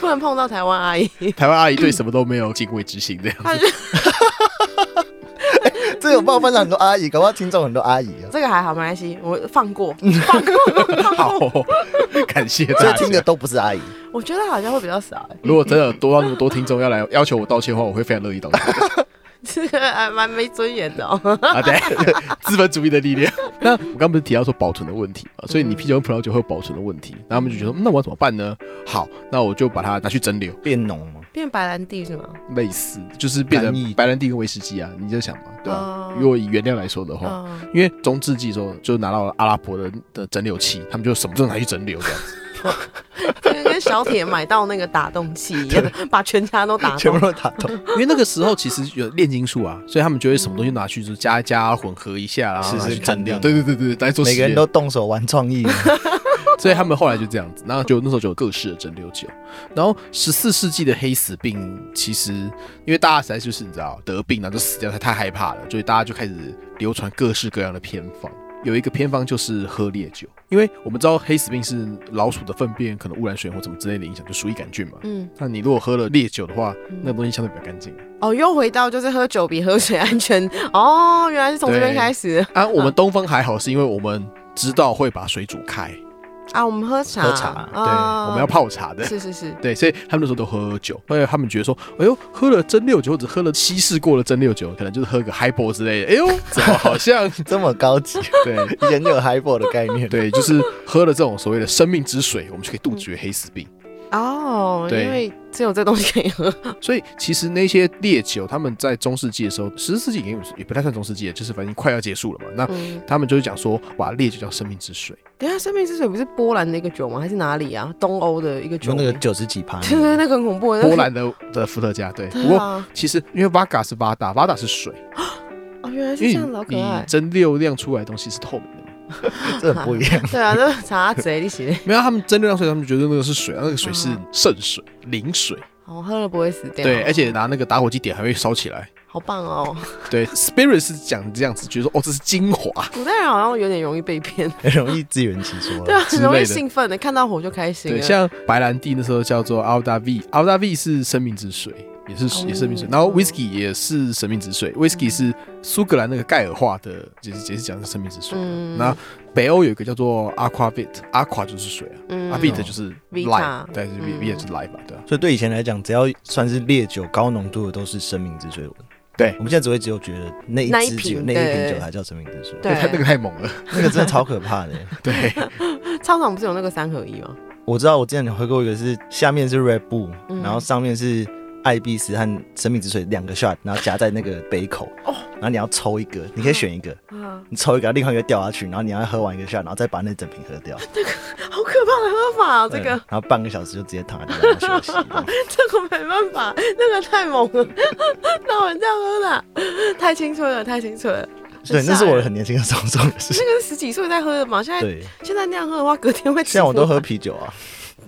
Speaker 1: 不能碰到台湾阿姨。
Speaker 2: 台湾阿姨对什么都没有敬畏之心，这样子。
Speaker 3: 这有帮我分享很多阿姨，搞不好听众很多阿姨啊，
Speaker 1: 这个还好，没关系，我放过，
Speaker 2: 嗯
Speaker 1: 放过，放
Speaker 2: 好
Speaker 1: 过。，
Speaker 2: 感谢
Speaker 3: 所
Speaker 2: 大
Speaker 3: 以听的
Speaker 2: 家。
Speaker 3: 都不是阿姨。
Speaker 1: 我觉得好像会比较少、欸，
Speaker 2: 如果真的有多到那么多听众要来要求我道歉的话，我会非常乐意道歉。
Speaker 1: 这个还蛮没尊严的 哦。
Speaker 2: 啊，对，资本主义的力量。那我刚刚不是提到说保存的问题嘛，所以你啤酒跟葡萄酒会有保存的问题，那他们就觉得，嗯那我要怎么办呢？好，那我就把它拿去蒸馏，
Speaker 3: 变浓吗？
Speaker 1: 变白兰地是吗？
Speaker 2: 类似就是变
Speaker 3: 难
Speaker 2: 成
Speaker 3: 以
Speaker 2: 白兰地跟威士忌啊，你就想嘛，对吧、啊
Speaker 1: 哦？
Speaker 2: 如果以原料来说的话。
Speaker 1: 嗯，
Speaker 2: 因为中世纪的时候就拿到了阿拉伯的的蒸馏器，他们就什么都拿去蒸馏这样子。
Speaker 1: 这个跟小铁买到那个打洞器一 样，把全家都打
Speaker 3: 全部
Speaker 1: 动。
Speaker 3: 都打通，
Speaker 2: 因为那个时候其实有炼金术啊，所以他们就会什么东西拿去就是加一加混合一下啊，
Speaker 3: 试试
Speaker 2: 拿去
Speaker 3: 看
Speaker 2: 蒸
Speaker 3: 这
Speaker 2: 馏。
Speaker 3: 样
Speaker 2: 对对对对，来做实
Speaker 3: 每个人
Speaker 2: 验
Speaker 3: 都动手玩创意。
Speaker 2: 所以他们后来就这样子，然后就那时候就有各式的蒸馏酒。然后十四世纪的黑死病，其实因为大家实在就是你知道得病了就死掉，他太害怕了，所以大家就开始流传各式各样的偏方。有一个偏方就是喝烈酒，因为我们知道黑死病是老鼠的粪便可能污染水或什么之类的影响，就属于杆菌嘛。
Speaker 1: 嗯，
Speaker 2: 那你如果喝了烈酒的话，那个东西相对比较干净啊
Speaker 1: 哦，又回到就是喝酒比喝水安全 哦，原来是从这边
Speaker 2: 对
Speaker 1: 开始
Speaker 2: 啊。我们东方还好，是因为我们知道会把水煮开，
Speaker 1: 啊。我们喝茶，
Speaker 3: 喝茶对
Speaker 1: 啊
Speaker 2: 我们要泡茶的。
Speaker 1: 是是是，
Speaker 2: 对，所以他们那时候都喝酒，因为他们觉得说，哎呦，喝了蒸馏酒或者喝了稀释过的蒸馏酒，可能就是喝个 highball 之类的， 哎呦，怎么好像
Speaker 3: 这么高级，
Speaker 2: 对
Speaker 3: 以前就有 highball 的概 念。
Speaker 2: 对，就是喝了这种所谓的生命之水，我们就可以杜绝黑死病。
Speaker 1: 哦，
Speaker 2: 对
Speaker 1: 因为只有这东西可以喝，
Speaker 2: 所以其实那些烈酒，他们在中世纪的时候，十世纪也有也不太算中世纪了，就是反正快要结束了嘛。那
Speaker 1: 嗯，
Speaker 2: 他们就是讲说，哇，烈酒叫生命之水，
Speaker 1: 等一下生命之水不是波兰的一个酒吗？还是哪里啊？东欧的一个酒
Speaker 3: 就那
Speaker 1: 名，
Speaker 3: 个九十几 趴，
Speaker 1: 对对，那个很恐怖，那个
Speaker 2: 波兰的的伏特加。对，不
Speaker 1: 对
Speaker 2: 过
Speaker 1: 啊，
Speaker 2: 其实因为 Vaga 是 Vada，Vada 是水，
Speaker 1: 哦，原来是
Speaker 2: 因
Speaker 1: 这样
Speaker 2: 为
Speaker 1: 子，好可
Speaker 2: 你
Speaker 1: 爱
Speaker 2: 你。蒸馏量出来的东西是透明的嘛。
Speaker 3: 这很不一样。
Speaker 1: 对啊，那查贼你写，
Speaker 2: 没有，他们蒸馏量出来，他们觉得那个是水，那个水是
Speaker 1: 嗯
Speaker 2: 圣水、灵水，
Speaker 1: 哦，喝了不会死掉。
Speaker 2: 对，而且拿那个打火机点还会烧起来。
Speaker 1: 好棒哦！
Speaker 2: 对，Spirit 是讲这样子，觉得说哦，这是精华。
Speaker 1: 古代人好像有点容易被骗，
Speaker 3: 很容易自圆其说。
Speaker 1: 对啊，很容
Speaker 2: 之类
Speaker 1: 易
Speaker 2: 的
Speaker 1: 兴奋的，看到火就开心啊
Speaker 2: 对，
Speaker 1: 了。
Speaker 2: 像白兰地那时候叫做 Alda V，Alda V 是生命之水，也是、
Speaker 1: 哦
Speaker 2: 也是生命之水。然后
Speaker 1: 哦
Speaker 2: Whisky 也是生命之水，Whisky 是苏格兰那个盖尔化的，也是也是讲的生命之水。啊
Speaker 1: 嗯
Speaker 2: 那北欧有一个叫做 Aquavit，Aqua 就是水啊。
Speaker 1: 嗯
Speaker 2: 阿 v i t 就是
Speaker 1: ，Vita
Speaker 2: life，对，就是
Speaker 1: 嗯
Speaker 2: Vita 就是 life 吧，对啊，
Speaker 3: 所以对以前来讲，只要算是烈酒高浓度的都是生命之水。
Speaker 2: 对
Speaker 3: 我们现在只会只有觉得那
Speaker 1: 那
Speaker 3: 一
Speaker 1: 一
Speaker 3: 支
Speaker 1: 瓶
Speaker 3: 酒、那一
Speaker 1: 对
Speaker 3: 瓶酒才叫生命之水，
Speaker 1: 对
Speaker 2: 那个太猛了，
Speaker 3: 那个真的超可怕的。
Speaker 2: 对，
Speaker 1: 操场不是有那个三合一吗？
Speaker 3: 我知道我之前有喝过一个是下面是 Red Bull，、
Speaker 1: 嗯
Speaker 3: 然后上面是艾必斯和生命之水两个 shot，然后夹在那个杯口，
Speaker 1: 哦
Speaker 3: 然后你要抽一个，你可以选一个，
Speaker 1: 啊，
Speaker 3: 你抽一个，另外一个掉下去，然后你要喝完一个 shot，然后再把那整瓶喝掉。
Speaker 1: 好可怕的喝法 哦，这
Speaker 3: 对
Speaker 1: 个
Speaker 3: 然后半个小时就直接躺在地上休息。
Speaker 1: 这个没办法，那个太猛了， 那我这样喝的啊，太青春了，太青春了。
Speaker 3: 对，
Speaker 1: 很
Speaker 3: 那是
Speaker 1: 吓
Speaker 3: 我
Speaker 1: 人
Speaker 3: 很年轻的时候做的事情。
Speaker 1: 那个是十几岁在喝的嘛，现在
Speaker 3: 对，
Speaker 1: 现在那样喝的话，隔天会。
Speaker 3: 现在我都喝，啤酒啊，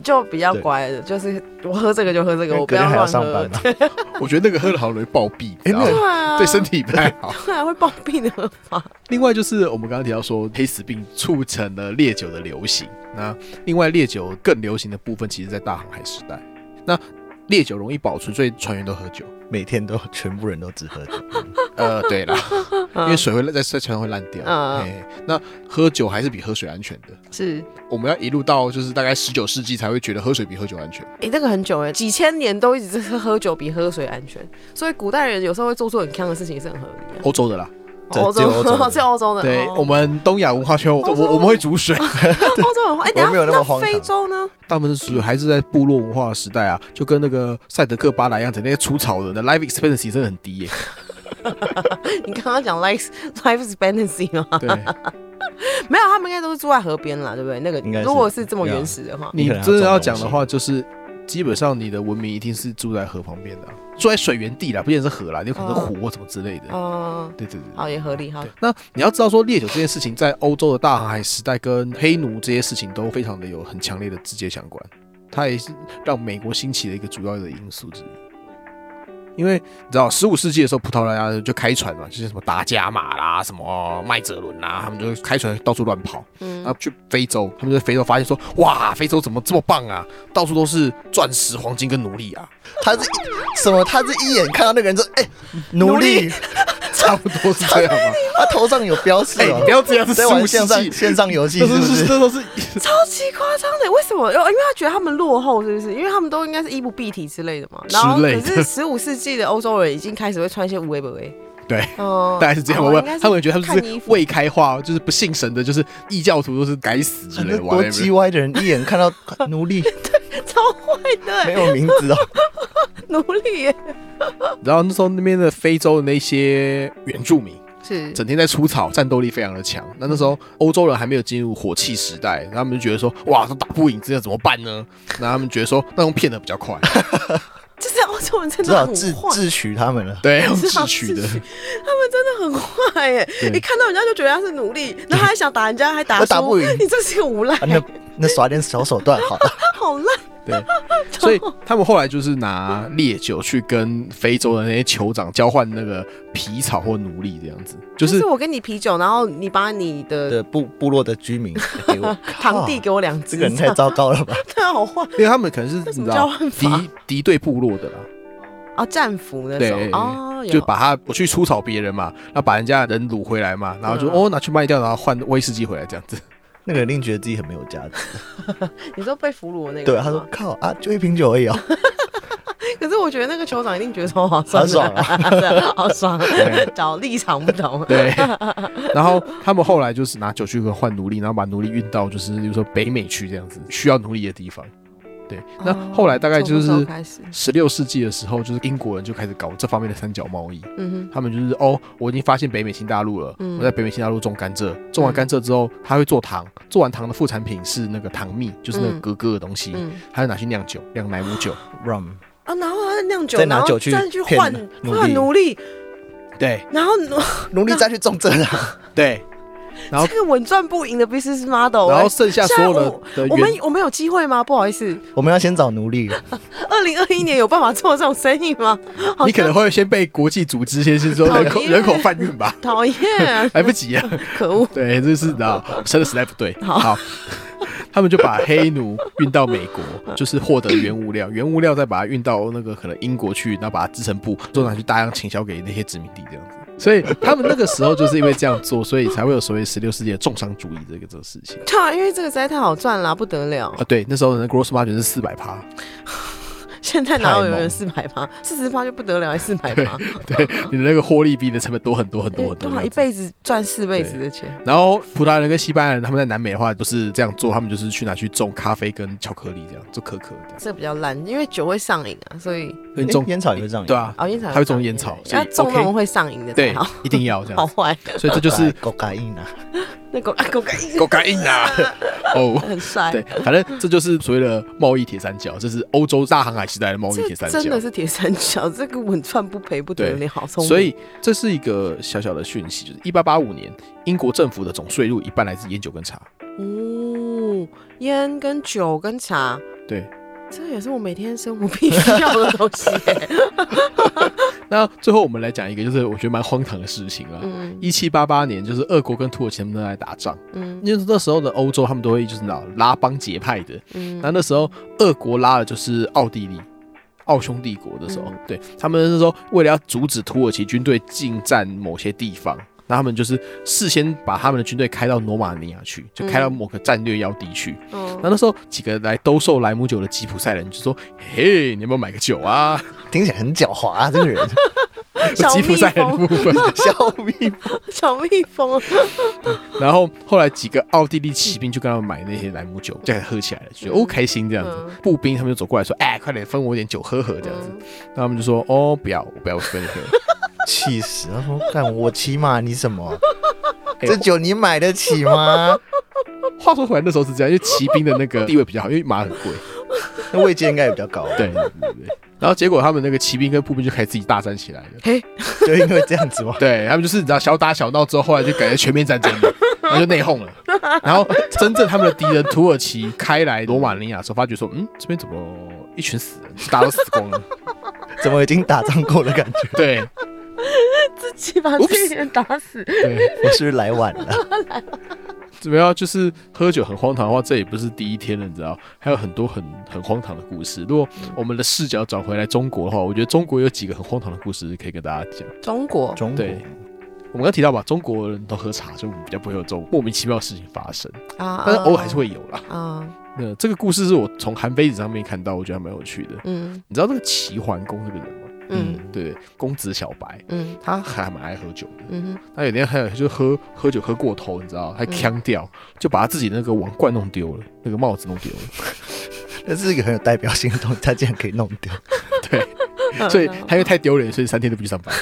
Speaker 1: 就比较乖的，就是我喝这个就喝这
Speaker 3: 因
Speaker 1: 个，
Speaker 3: 为
Speaker 1: 我不
Speaker 3: 隔天还要
Speaker 1: 乱
Speaker 3: 上
Speaker 1: 喝
Speaker 3: 班。啊 嘛。
Speaker 2: 我觉得那个喝了好容易暴 毙，你知道吗
Speaker 1: 对啊，
Speaker 2: 对身体不太好。
Speaker 1: 对 啊，会暴毙的喝法。
Speaker 2: 另外就是我们刚刚提到说黑死病促成了烈酒的流行，那另外烈酒更流行的部分，其实在大航海时代，那烈酒容易保存，所以船员都喝酒。
Speaker 3: 每天都全部人都只喝酒，
Speaker 2: 呃，对啦，因
Speaker 1: 因
Speaker 2: 为水会在在船上会烂掉。
Speaker 1: 嗯
Speaker 2: 哎，那喝酒还是比喝水安全的。
Speaker 1: 是，
Speaker 2: 我们要一路到就是大概十九世纪才会觉得喝水比喝酒安全。
Speaker 1: 诶，这个很久哎，几千年都一直是喝酒比喝水安全，所以古代人有时候会做出很坑的事情也是很合理的。
Speaker 2: 欧洲的啦，
Speaker 3: 这
Speaker 1: 欧
Speaker 3: 只有欧洲
Speaker 1: 洲
Speaker 3: 的
Speaker 1: 是欧 洲的，
Speaker 2: 对
Speaker 1: 哦
Speaker 2: 我们东亚文化圈，我
Speaker 1: 欧洲
Speaker 2: 我我们会煮水，
Speaker 1: 欧洲很荒，哎，
Speaker 3: 我
Speaker 1: 等
Speaker 3: 没有
Speaker 1: 下
Speaker 3: 那么
Speaker 1: 那
Speaker 3: 荒唐
Speaker 1: 非洲呢？
Speaker 2: 大部分是属于还是在部落文化的时代啊，就跟那个赛德克巴莱一样，整天除草人的 life expectancy 真的很 低耶、
Speaker 1: 你刚刚讲 life life expectancy 吗？
Speaker 2: 对。
Speaker 1: 没有，他们应该都是住在河边啦，对不对？那个
Speaker 3: 应该是
Speaker 1: 如果是这么原始的话，
Speaker 2: 你真的要讲的话，就是基本上你的文明一定是住在河旁边的啊、住在水源地啦，不见得是河啦，你有可能是湖或什么之类的。
Speaker 3: 啊
Speaker 1: 嗯，
Speaker 2: 对对对对。
Speaker 1: 好也合理哈
Speaker 2: 对。，那你要知道说烈酒这件事情，在欧洲的大航海时代跟黑奴这些事情都非常的有很强烈的直接相关，它也是让美国兴起的一个主要的因素之一。因为你知道，十五世纪的时候，葡萄牙就开船嘛，就是什么达伽马啦、什么麦哲伦啦，他们就开船到处乱跑。
Speaker 1: 嗯
Speaker 2: 然后去非洲，他们在非洲发现说，哇，非洲怎么这么棒啊？到处都是钻石、黄金跟奴隶 啊，
Speaker 3: 他是什么？他是一眼看到那个人说：“哎、奴隶，
Speaker 2: 差不多是这样 吗？
Speaker 3: 他头上有标识
Speaker 2: 哎、
Speaker 3: 哦
Speaker 2: 你。不要这样，是
Speaker 3: 在
Speaker 2: 十
Speaker 3: 玩
Speaker 2: 五
Speaker 3: 线
Speaker 2: 世
Speaker 3: 上
Speaker 2: 纪，
Speaker 3: 线上游戏
Speaker 2: 这
Speaker 3: 是
Speaker 2: 都
Speaker 3: 不
Speaker 2: 是
Speaker 3: 是？
Speaker 2: 这都是
Speaker 1: 超级夸张的，为什么？哦因为他觉得他们落后，是不是？因为他们都应该是衣不蔽体之类的嘛。然后
Speaker 2: 之
Speaker 1: 可
Speaker 2: 类的
Speaker 1: 是十五世纪的欧洲人已经开始会穿一些无为不为，
Speaker 2: 对，
Speaker 1: 嗯
Speaker 2: 大概是这样吧。
Speaker 1: 哦
Speaker 2: 我
Speaker 1: 应该是
Speaker 2: 他们觉得他们
Speaker 1: 看衣
Speaker 2: 是
Speaker 1: 服
Speaker 2: 未开化，就是不信神的，就是异教徒都是该死之类
Speaker 3: 那
Speaker 2: 的。
Speaker 3: 多
Speaker 2: whatever
Speaker 3: 叽歪的人一眼看到 奴隶
Speaker 1: 超坏
Speaker 3: 没
Speaker 1: 的欸
Speaker 3: 有名字哦，
Speaker 1: 奴隶耶，
Speaker 2: 然后那时候那边的非洲的那些原住民，
Speaker 1: 是
Speaker 2: 整天在除草，战斗力非常的强。那那时候欧洲人还没有进入火器时代，他们就觉得说，哇，都打不赢，这样怎么办呢？那他们觉得说，那用骗的比较 快，
Speaker 1: 就是欧洲人真
Speaker 3: 只
Speaker 1: 的
Speaker 3: 好
Speaker 1: 很
Speaker 3: 智
Speaker 1: 坏，
Speaker 3: 智取他们了。
Speaker 2: 对，用
Speaker 1: 知道
Speaker 2: 智取的
Speaker 1: 智。取他们真的很坏耶！
Speaker 2: 对
Speaker 1: 一看到人家就觉得他是奴 隶，然后还想打人家，还打
Speaker 3: 打
Speaker 1: 输
Speaker 3: 不赢啊
Speaker 1: 你这是个无赖，
Speaker 3: 啊，那那耍点小手段好了，
Speaker 1: 好烂，
Speaker 2: 对，所以他们后来就是拿烈酒去跟非洲的那些酋长交换那个皮草或奴隶这样子，就
Speaker 1: 就是是我给你啤酒，然后你把你的
Speaker 3: 的部部落的 居民给我
Speaker 1: 堂弟
Speaker 3: 靠
Speaker 1: 给我两只，
Speaker 3: 这个 人太糟糕了吧？
Speaker 1: 太好坏
Speaker 2: 因为他们可能是
Speaker 1: 什
Speaker 2: 你
Speaker 1: 么
Speaker 2: 知道
Speaker 1: 交换法
Speaker 2: 敌敌对部落的啦，
Speaker 1: 啊！战俘那
Speaker 2: 对
Speaker 1: 种哦，
Speaker 2: 就
Speaker 1: 有
Speaker 2: 把他我去出草别人嘛，然后把人家的人掳回来嘛，然后就、
Speaker 1: 嗯
Speaker 2: 哦拿去卖掉，然后换威士忌回来这样子。
Speaker 3: 那个人一定觉得自己很没有价值。
Speaker 1: 你说被俘虏的那个，哎
Speaker 3: 对，他说，靠啊，就一瓶酒而 已哦，
Speaker 1: 可是我觉得那个酋长一定觉得超划算的，
Speaker 3: 很爽啊
Speaker 1: 对，啊好 爽， 找立场不同，
Speaker 2: 对，然后他们后来就是拿酒去跟换奴隶，然后把奴隶运到就是比如说北美去这样子需要奴隶的地方。对，那
Speaker 1: 哦
Speaker 2: 后来大概
Speaker 1: 从
Speaker 2: 就
Speaker 1: 那时候
Speaker 2: 是
Speaker 1: 开始，
Speaker 2: 十六世纪的时候，就是英国人就开始搞这方面的三角贸易。
Speaker 1: 嗯哼，
Speaker 2: 他们就是哦，我已经发现北美新大陆了，
Speaker 1: 嗯
Speaker 2: 我在北美新大陆种甘蔗，种完甘蔗之后，他会做糖，做完糖的副产品是那个糖蜜，就是那个
Speaker 1: 嗯
Speaker 2: 格格的东西，
Speaker 1: 嗯
Speaker 2: 他就拿去酿酒，酿莱姆酒。
Speaker 3: rum
Speaker 1: 啊，然后他酿酒，
Speaker 3: 再拿
Speaker 1: 然后
Speaker 3: 酒去
Speaker 1: 再去
Speaker 3: 骗
Speaker 1: 换
Speaker 3: 奴
Speaker 1: 换
Speaker 3: 隶
Speaker 1: 奴隶，
Speaker 2: 对
Speaker 1: 然后
Speaker 3: 奴隶再去啊种蔗了。
Speaker 2: 对，然后
Speaker 1: 这个稳赚不赢的 business model，
Speaker 2: 然后
Speaker 1: 哎
Speaker 2: 剩下所有的的
Speaker 1: 我
Speaker 2: 原
Speaker 1: 们我们有机会吗？不好意思，
Speaker 3: 我们要先找奴隶，
Speaker 1: 二零二一年有办法做这种生意吗？ 好
Speaker 2: 你可能会先被国际组织先是说
Speaker 1: 讨
Speaker 2: 人口
Speaker 1: 厌
Speaker 2: 人口贩运 吧，，
Speaker 1: 讨厌
Speaker 2: 来不及啊！
Speaker 1: 可恶！
Speaker 2: 对，这是的，生的时代不对。
Speaker 1: 好
Speaker 2: 他们就把黑奴运到美 国，就是获得原物料，原物料再把它运到那个可能英国去，然后把它制成布，做拿去大量倾销给那些殖民地这样子。所以他们那个时候就是因为这样做，所以才会有所谓十六世纪的重商主义这个这个事情
Speaker 1: 对啊，因为这个实在太好赚了，不得了
Speaker 2: 啊。。对，那时候的 gross margin 是四百趴，呃
Speaker 1: 现在哪有
Speaker 3: 太猛
Speaker 1: 人四百趴？四十趴就不得了，还四百趴，哎
Speaker 2: 对，你的那个获利比你的成本多很多很多很多
Speaker 1: 对
Speaker 2: 这
Speaker 1: 啊，
Speaker 2: 样
Speaker 1: 一
Speaker 2: 子。
Speaker 1: 辈子赚四辈子的钱。
Speaker 2: 然后葡萄牙人跟西班牙人他们在南美的话不是这样做，他们就是去拿去种咖啡跟巧克力这样，做可可这样。
Speaker 1: 这比较烂，因为酒会上瘾啊，所以哦
Speaker 2: 所以你种
Speaker 3: 诶哎烟草也会上瘾
Speaker 2: 对啊，
Speaker 1: 熬夜草
Speaker 2: 他会种烟草，所
Speaker 1: 要
Speaker 2: 以
Speaker 1: 种那
Speaker 2: OK
Speaker 1: 种会上瘾的才
Speaker 2: 对
Speaker 1: 好，
Speaker 2: 一定要这
Speaker 1: 好
Speaker 2: 样子。
Speaker 1: 坏。
Speaker 2: 所以这就是
Speaker 3: 狗感应啊，
Speaker 1: 那狗啊狗干
Speaker 2: 够感应 啊！哦，
Speaker 1: 很帅，
Speaker 2: 对，反正这就是所谓的贸易铁三角，这是欧洲大航海时代的贸易铁
Speaker 1: 这
Speaker 2: 三
Speaker 1: 真的
Speaker 2: 角。
Speaker 1: 是铁三角，这个稳赚不赔不得
Speaker 2: 对
Speaker 1: 了，好聪明。
Speaker 2: 所以这是一个小小的讯息，就是一八八五年，英国政府的总税入一半来自烟酒跟茶。
Speaker 1: 哦，烟跟酒跟茶，
Speaker 2: 对，
Speaker 1: 这也是我每天生活必须要的东西耶。
Speaker 2: 那最后我们来讲一个，就是我觉得蛮荒唐的事情啊。
Speaker 1: 嗯
Speaker 2: 一七八八年，就是俄国跟土耳其他们都在打仗，
Speaker 1: 嗯
Speaker 2: 因为那时候的欧洲他们都会就是那种拉帮结派的，那
Speaker 1: 嗯，
Speaker 2: 那时候俄国拉的就是奥地利。奥匈帝国的时候，
Speaker 1: 嗯
Speaker 2: 对他们那时候为了要阻止土耳其军队进占某些地方，那他们就是事先把他们的军队开到罗马尼亚去，就开到
Speaker 1: 嗯
Speaker 2: 某个战略要地去。那
Speaker 1: 哦
Speaker 2: 那时候几个来兜售莱姆酒的吉普赛人就说：“嘿，你有没有买个酒啊
Speaker 3: 听起来很狡猾啊，这个 人？”
Speaker 1: 小
Speaker 2: 吉普赛人的
Speaker 1: 蜜
Speaker 2: 部 分。
Speaker 3: 小蜜
Speaker 1: 小蜜蜂，
Speaker 2: 然后后来几个奥地利骑兵就跟他们买那些莱姆酒，就开始喝起来了，就觉得哦开心这样子
Speaker 1: 嗯。
Speaker 2: 步兵他们就走过来说：“哎，快点分我一点酒喝喝这样子。”那他们就说：“哦，不要，我不要分你喝。
Speaker 3: 气死！他说：“干我骑马，你 什么？
Speaker 2: 哎
Speaker 3: 这酒你买得起吗？”
Speaker 2: 话说回来，那时候是这样，因为骑兵的那个地位比较好，因为马很贵。
Speaker 3: 那位阶应该也比较高，啊
Speaker 2: 对，对对对。然后结果他们那个骑兵跟步兵就开始自己大战起来了。
Speaker 1: 嘿，
Speaker 3: 就因为这样 子嘛。
Speaker 2: 对他们就是你知道小打小闹之后，后来就感觉全面战争了，然后就内讧了。然后真正他们的敌人土耳其开来罗马尼亚的时候，发觉说，嗯，这边怎么一群死人，大家都死光了。
Speaker 3: 怎么已经打仗过的感觉？
Speaker 2: 对
Speaker 1: 自己把自己人打死，
Speaker 2: 对，
Speaker 3: 我是不是来晚了？
Speaker 2: 怎么样？就是喝酒很荒唐的话，这也不是第一天了，你知道？还有很多很很荒唐的故事。如果我们的视角转回来中国的话，我觉得中国有几个很荒唐的故事可以跟大家讲。
Speaker 1: 中国
Speaker 3: 中国
Speaker 2: 对我们刚提到嘛，中国人都喝茶，所以我们比较不会有这种莫名其妙的事情发生，
Speaker 1: 啊，
Speaker 2: 但是偶尔还是会有啦。
Speaker 1: 啊，
Speaker 2: 那这个故事是我从韩非子上面看到，我觉得还蛮有趣的。
Speaker 1: 嗯
Speaker 2: 你知道那个齐桓公这个人吗？
Speaker 1: 嗯
Speaker 2: 对，公子小白，
Speaker 1: 嗯
Speaker 2: 他还蛮爱喝酒的。
Speaker 1: 嗯
Speaker 2: 他有一天还有就喝喝酒喝过头，你知道，还
Speaker 1: 嗯
Speaker 2: 呛掉，就把他自己那个王冠弄丢了，那个帽子弄丢了，
Speaker 3: 这是一个很有代表性的东西，他竟然可以弄掉。
Speaker 1: 哼，
Speaker 2: 所以他因为太丢脸，所以三天都不去上班。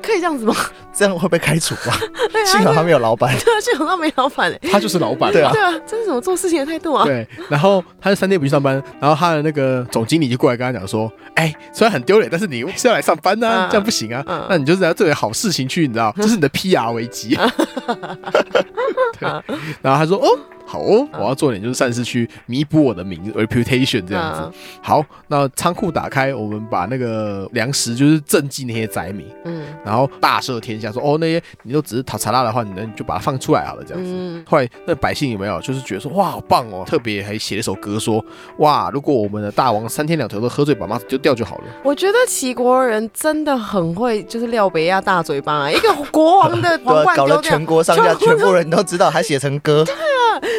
Speaker 1: 可以这样子吗？
Speaker 3: 这样会被开除吧？
Speaker 1: 对
Speaker 3: 幸好
Speaker 1: 啊，
Speaker 3: 他没有老板。
Speaker 1: 对啊，幸好他没老板哎，
Speaker 2: 他就是老板，
Speaker 3: 对啊
Speaker 1: 对啊，这是什么做事情的态度啊？
Speaker 2: 对，然后他就三天不去上班，然后他的那个总经理就过来跟他讲说：“哎、虽然很丢脸，但是你是要来上班
Speaker 1: 嗯
Speaker 2: 呐、这样不行啊，
Speaker 1: 嗯
Speaker 2: 那你就是要做点 好事情去，你知道，这是你的 PR 危机。对，然后他说：“哦，好哦，
Speaker 1: 嗯
Speaker 2: 我要做点就是善事去弥补我的名 reputation 这样
Speaker 1: 嗯
Speaker 2: 子。好，那仓库打开，我们把那个粮食就是赈济那些灾民，
Speaker 1: 嗯
Speaker 2: 然后大赦天下，说哦那些你都只是讨查拉的话，你那你就把它放出来好了这样子。
Speaker 1: 嗯，
Speaker 2: 后来那百姓有没有就是觉得说哇好棒哦，特别还写了一首歌说哇，如果我们的大王三天两头都喝醉把马子丢掉就好了。
Speaker 1: 我觉得齐国人真的很会，就是廖北亚大嘴巴、一个国王的皇
Speaker 3: 对啊，
Speaker 1: 冠
Speaker 3: 搞
Speaker 1: 丢
Speaker 3: 得
Speaker 1: 掉
Speaker 3: 全，国 上下
Speaker 1: 全国
Speaker 3: 全部人都知道，还写成歌，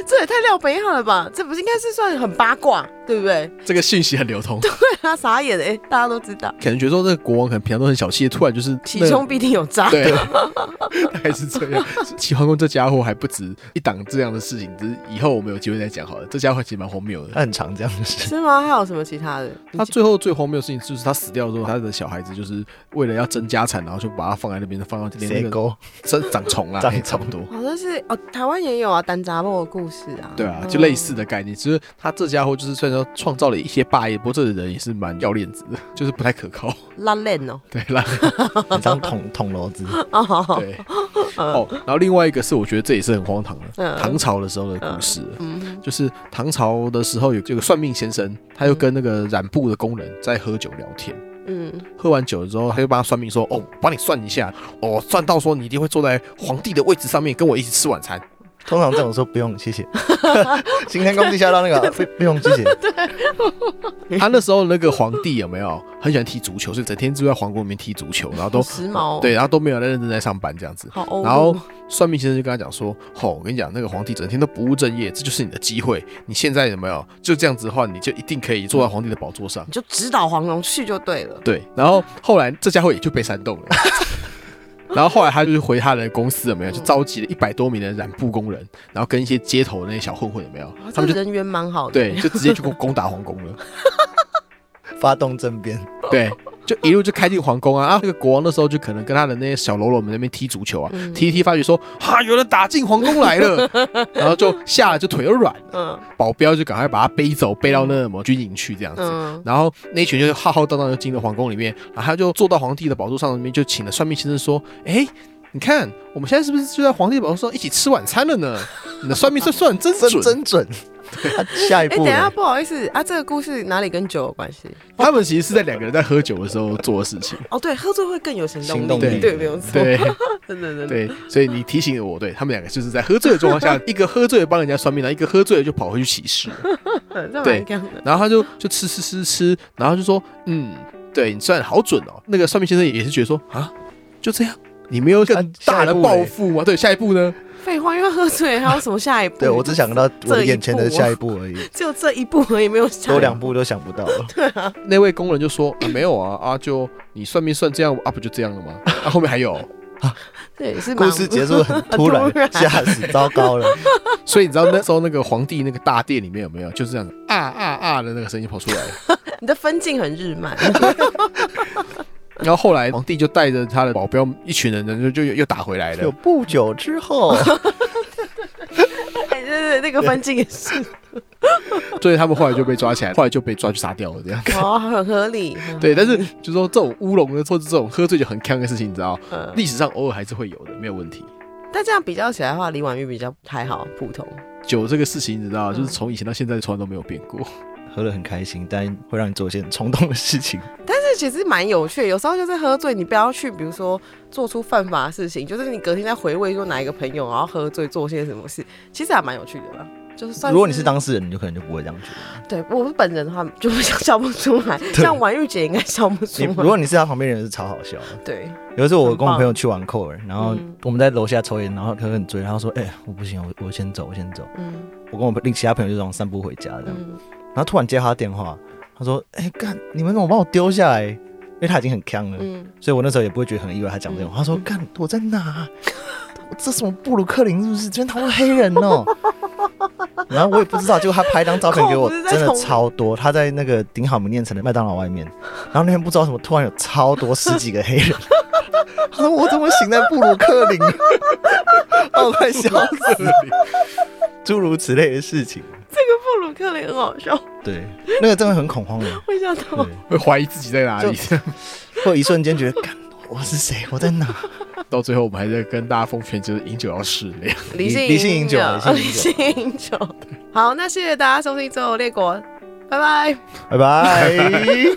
Speaker 1: 这也太廖北亚了吧？这不是应该是算很八卦，对不对？
Speaker 2: 这个讯息很流通，
Speaker 1: 他傻眼哎、欸，大家都知道，
Speaker 2: 可能觉得说这个国王可能平常都很小气，突然就是
Speaker 1: 其
Speaker 2: 那
Speaker 1: 中必定有诈。
Speaker 2: 对，大概是这样。齐桓公这家伙还不止一档这样的事情，只是以后我们有机会再讲好了。这家伙其实蛮荒谬的。
Speaker 3: 很常这样 的事。
Speaker 1: 是吗？还有什么其他的？
Speaker 2: 他最后最荒谬的事情就是他死掉之后，他的小孩子就是为了要争家产，然后就把他放在那边，放到连
Speaker 3: 谁
Speaker 2: 那个
Speaker 3: 勾？
Speaker 2: 生长虫啦，
Speaker 3: 长
Speaker 2: 嘿差不多。
Speaker 1: 好像是哦，台湾也有啊，单杂货的故事啊。
Speaker 2: 对啊，
Speaker 1: 嗯
Speaker 2: 就类似的概念，只是他这家伙就是虽然说创造了一些霸业，不过这个人也是蛮要链子的，就是不太可靠。
Speaker 1: 拉链哦。
Speaker 2: 对啦，
Speaker 3: 很常捅捅娄子，
Speaker 1: 哦，好好
Speaker 2: 对，哦，然后另外一个是我觉得这也是很荒唐的，
Speaker 1: 嗯
Speaker 2: 唐朝的时候的故事了。
Speaker 1: 嗯，
Speaker 2: 就是唐朝的时候有有个算命先生，他就跟那个染布的工人在喝酒聊天。
Speaker 1: 嗯，
Speaker 2: 喝完酒了之后，他就帮他算命说：“哦，帮你算一下，哦，算到说你一定会坐在皇帝的位置上面，跟我一起吃晚餐。
Speaker 3: 通常这种说不用谢谢， 行天宫地下道那 个不不用谢谢，
Speaker 2: 他那时候那个皇帝有没有很喜欢踢足球，所以整天就在皇宫里面踢足球，然后
Speaker 1: 好
Speaker 2: 都
Speaker 1: 时髦、 哦。，
Speaker 2: 对，然后都没有在认真在上班这样子。
Speaker 1: 好欧陆。
Speaker 2: 然后算命先生就跟他讲说：“吼、我跟你讲，那个皇帝整天都不务正业，这就是你的机会。你现在有没有就这样子的话，你就一定可以坐在皇帝的宝座上。”
Speaker 1: 你就指导黄蓉去就对了。
Speaker 2: 对，然后后来这家伙也就被煽动了。 然后后来他就是回他的公司有没有，就召集了一百多名的染布工人，然后跟一些街头的那些小混混有没有
Speaker 1: 哇，
Speaker 2: 他
Speaker 1: 这
Speaker 2: 们就
Speaker 1: 人缘蛮哦好的。
Speaker 2: 对，就直接去攻攻打皇宫 了。
Speaker 3: 发动政变，
Speaker 2: 对，就一路就开进皇宫啊！啊，那个国王那时候就可能跟他的那些小喽啰们在那边踢足球啊，
Speaker 1: 嗯
Speaker 2: 踢一踢发觉说哈有人打进皇宫来了， 然后就吓得就腿又软，
Speaker 1: 嗯
Speaker 2: 保镖就赶快把他背走，背到那什么军营去这样子。
Speaker 1: 嗯，
Speaker 2: 然后那一群就浩浩荡荡就进了皇宫里面，然后他就坐到皇帝的宝座上面，就请了算命先生说：“哎，你看我们现在是不是就在皇帝的宝座上一起吃晚餐了呢？ 你的算命算算得真
Speaker 3: 真
Speaker 2: 准。
Speaker 3: 真准。他下一
Speaker 1: 哎、
Speaker 3: 步
Speaker 1: 等一下，
Speaker 3: 呢，
Speaker 1: 不好意思啊，这个故事哪里跟酒有关系？
Speaker 2: 他们其实是在两个人在喝酒的时候做的事 情。
Speaker 1: 哦，对，喝醉会更有行动力，
Speaker 3: 行动
Speaker 2: 力
Speaker 1: 对，没有错，
Speaker 2: 对
Speaker 1: 真的真的。
Speaker 2: 对，所以你提醒了我，对他们两个就是在喝醉的状况下，一个喝醉了帮人家算命，然后一个喝醉了就跑回去起 誓。
Speaker 1: 嗯这
Speaker 2: 对
Speaker 1: 蛮刚的。
Speaker 2: 然后他就就吃吃吃吃，然后就说，嗯，对你算的好准哦。那个算命先生也是觉得说，啊，就这样，你没有
Speaker 3: 啊
Speaker 2: 更大的抱负啊吗？对，下一步呢？
Speaker 1: 废话，因为喝醉还有什么下一步？
Speaker 3: 对我只想到我的眼前的
Speaker 1: 这一步啊啊
Speaker 3: 下一步而已，
Speaker 1: 只有这一步而已，没有下一
Speaker 3: 多
Speaker 1: 步。
Speaker 3: 两步都想 不到了。
Speaker 2: 那位工人就说，啊、没有啊，啊，就你算命算这样，啊，不就这样了吗？啊，后面还有，
Speaker 1: 这也是
Speaker 3: 故
Speaker 1: 蛮
Speaker 3: 事结 束很突
Speaker 1: 然
Speaker 3: 然，吓死，糟糕 了。
Speaker 2: 所以你知道那时候那个皇帝那个大殿里面有没有就是这样子啊啊啊的那个声音跑出来了。
Speaker 1: 你的分镜很日 漫，
Speaker 2: 然后后来皇帝就带着他的保镖一群人呢，就就又又打回来了
Speaker 3: 就。不久之后，
Speaker 1: 哎，对对，对那个分镜也是，
Speaker 2: 所以他们后来就被抓起来，后来就被抓去杀掉了这样。
Speaker 1: 哦，很合理。嗯，
Speaker 2: 对，但是就说这种乌龙的，或者这种喝醉就很坑的事情，你知道，
Speaker 1: 嗯
Speaker 2: 历史上偶尔还是会有的，没有问题。
Speaker 1: 但这样比较起来的话，李婉玉比较还好，普通。
Speaker 2: 酒这个事情，你知道，
Speaker 1: 嗯
Speaker 2: 就是从以前到现在，从来都没有变过。
Speaker 3: 喝得很开心，但会让你做一些很冲动的事情。
Speaker 1: 但是其实蛮有趣的，有时候就是喝醉，你不要去，比如说做出犯法的事情，就是你隔天在回味说哪一个朋友然后喝醉做些什么事，其实还蛮有趣的啦。就是算
Speaker 3: 如果你是当事人，你就可能就不会这样觉得。
Speaker 1: 对我是本人的话，就不想笑不出来，像婉玉姐应该笑不出
Speaker 3: 你如
Speaker 1: 来。
Speaker 3: 果你是他旁边人，是超好笑的。
Speaker 1: 对，
Speaker 3: 有一次我
Speaker 1: 很
Speaker 3: 跟我
Speaker 1: 棒
Speaker 3: 朋友去玩扣尔，然后
Speaker 1: 嗯
Speaker 3: 我们在楼下抽烟，然后他很追，然后说：“哎、我不行，我我先走，我先走。
Speaker 1: 嗯”
Speaker 3: 我跟我另其他朋友就这种散步回家这样，
Speaker 1: 嗯，
Speaker 3: 然后突然接他电话，他说：“哎、干，你们怎么把我丢下来？”因为他已经很呛了，
Speaker 1: 嗯，
Speaker 3: 所以我那时候也不会觉得很意外。他讲这种，
Speaker 1: 嗯
Speaker 3: 他说：“
Speaker 1: 嗯
Speaker 3: 干，我在哪啊？我这什么布鲁克林是不是？这边他们黑人哦。” 然后我也不知道，结果他拍一张照片给我
Speaker 1: 扣不是，在
Speaker 3: 真的
Speaker 1: 重
Speaker 3: 超多。他在那个顶好名念城的麦当劳外面，然后那天不知道什么，突然有超多十几个黑人。他说：“我怎么醒在布鲁克林？” 啊我快笑死了。诸如此类的事情，
Speaker 1: 布鲁克林很好笑，
Speaker 3: 对，那个真的很恐慌的，啊
Speaker 1: 会笑
Speaker 3: 对
Speaker 1: 到。，
Speaker 2: 会怀疑自己在哪里，
Speaker 3: 会有一瞬间觉得，干，我我是谁？我在哪？
Speaker 2: 到最后我们还在跟大家奉劝，就是饮酒要适量。
Speaker 1: 理性哦
Speaker 3: 理性饮酒
Speaker 1: 理
Speaker 3: 理
Speaker 1: 性
Speaker 3: 性
Speaker 1: 饮酒。好，那谢谢大家收听《周游列国》，拜拜。
Speaker 3: 拜拜。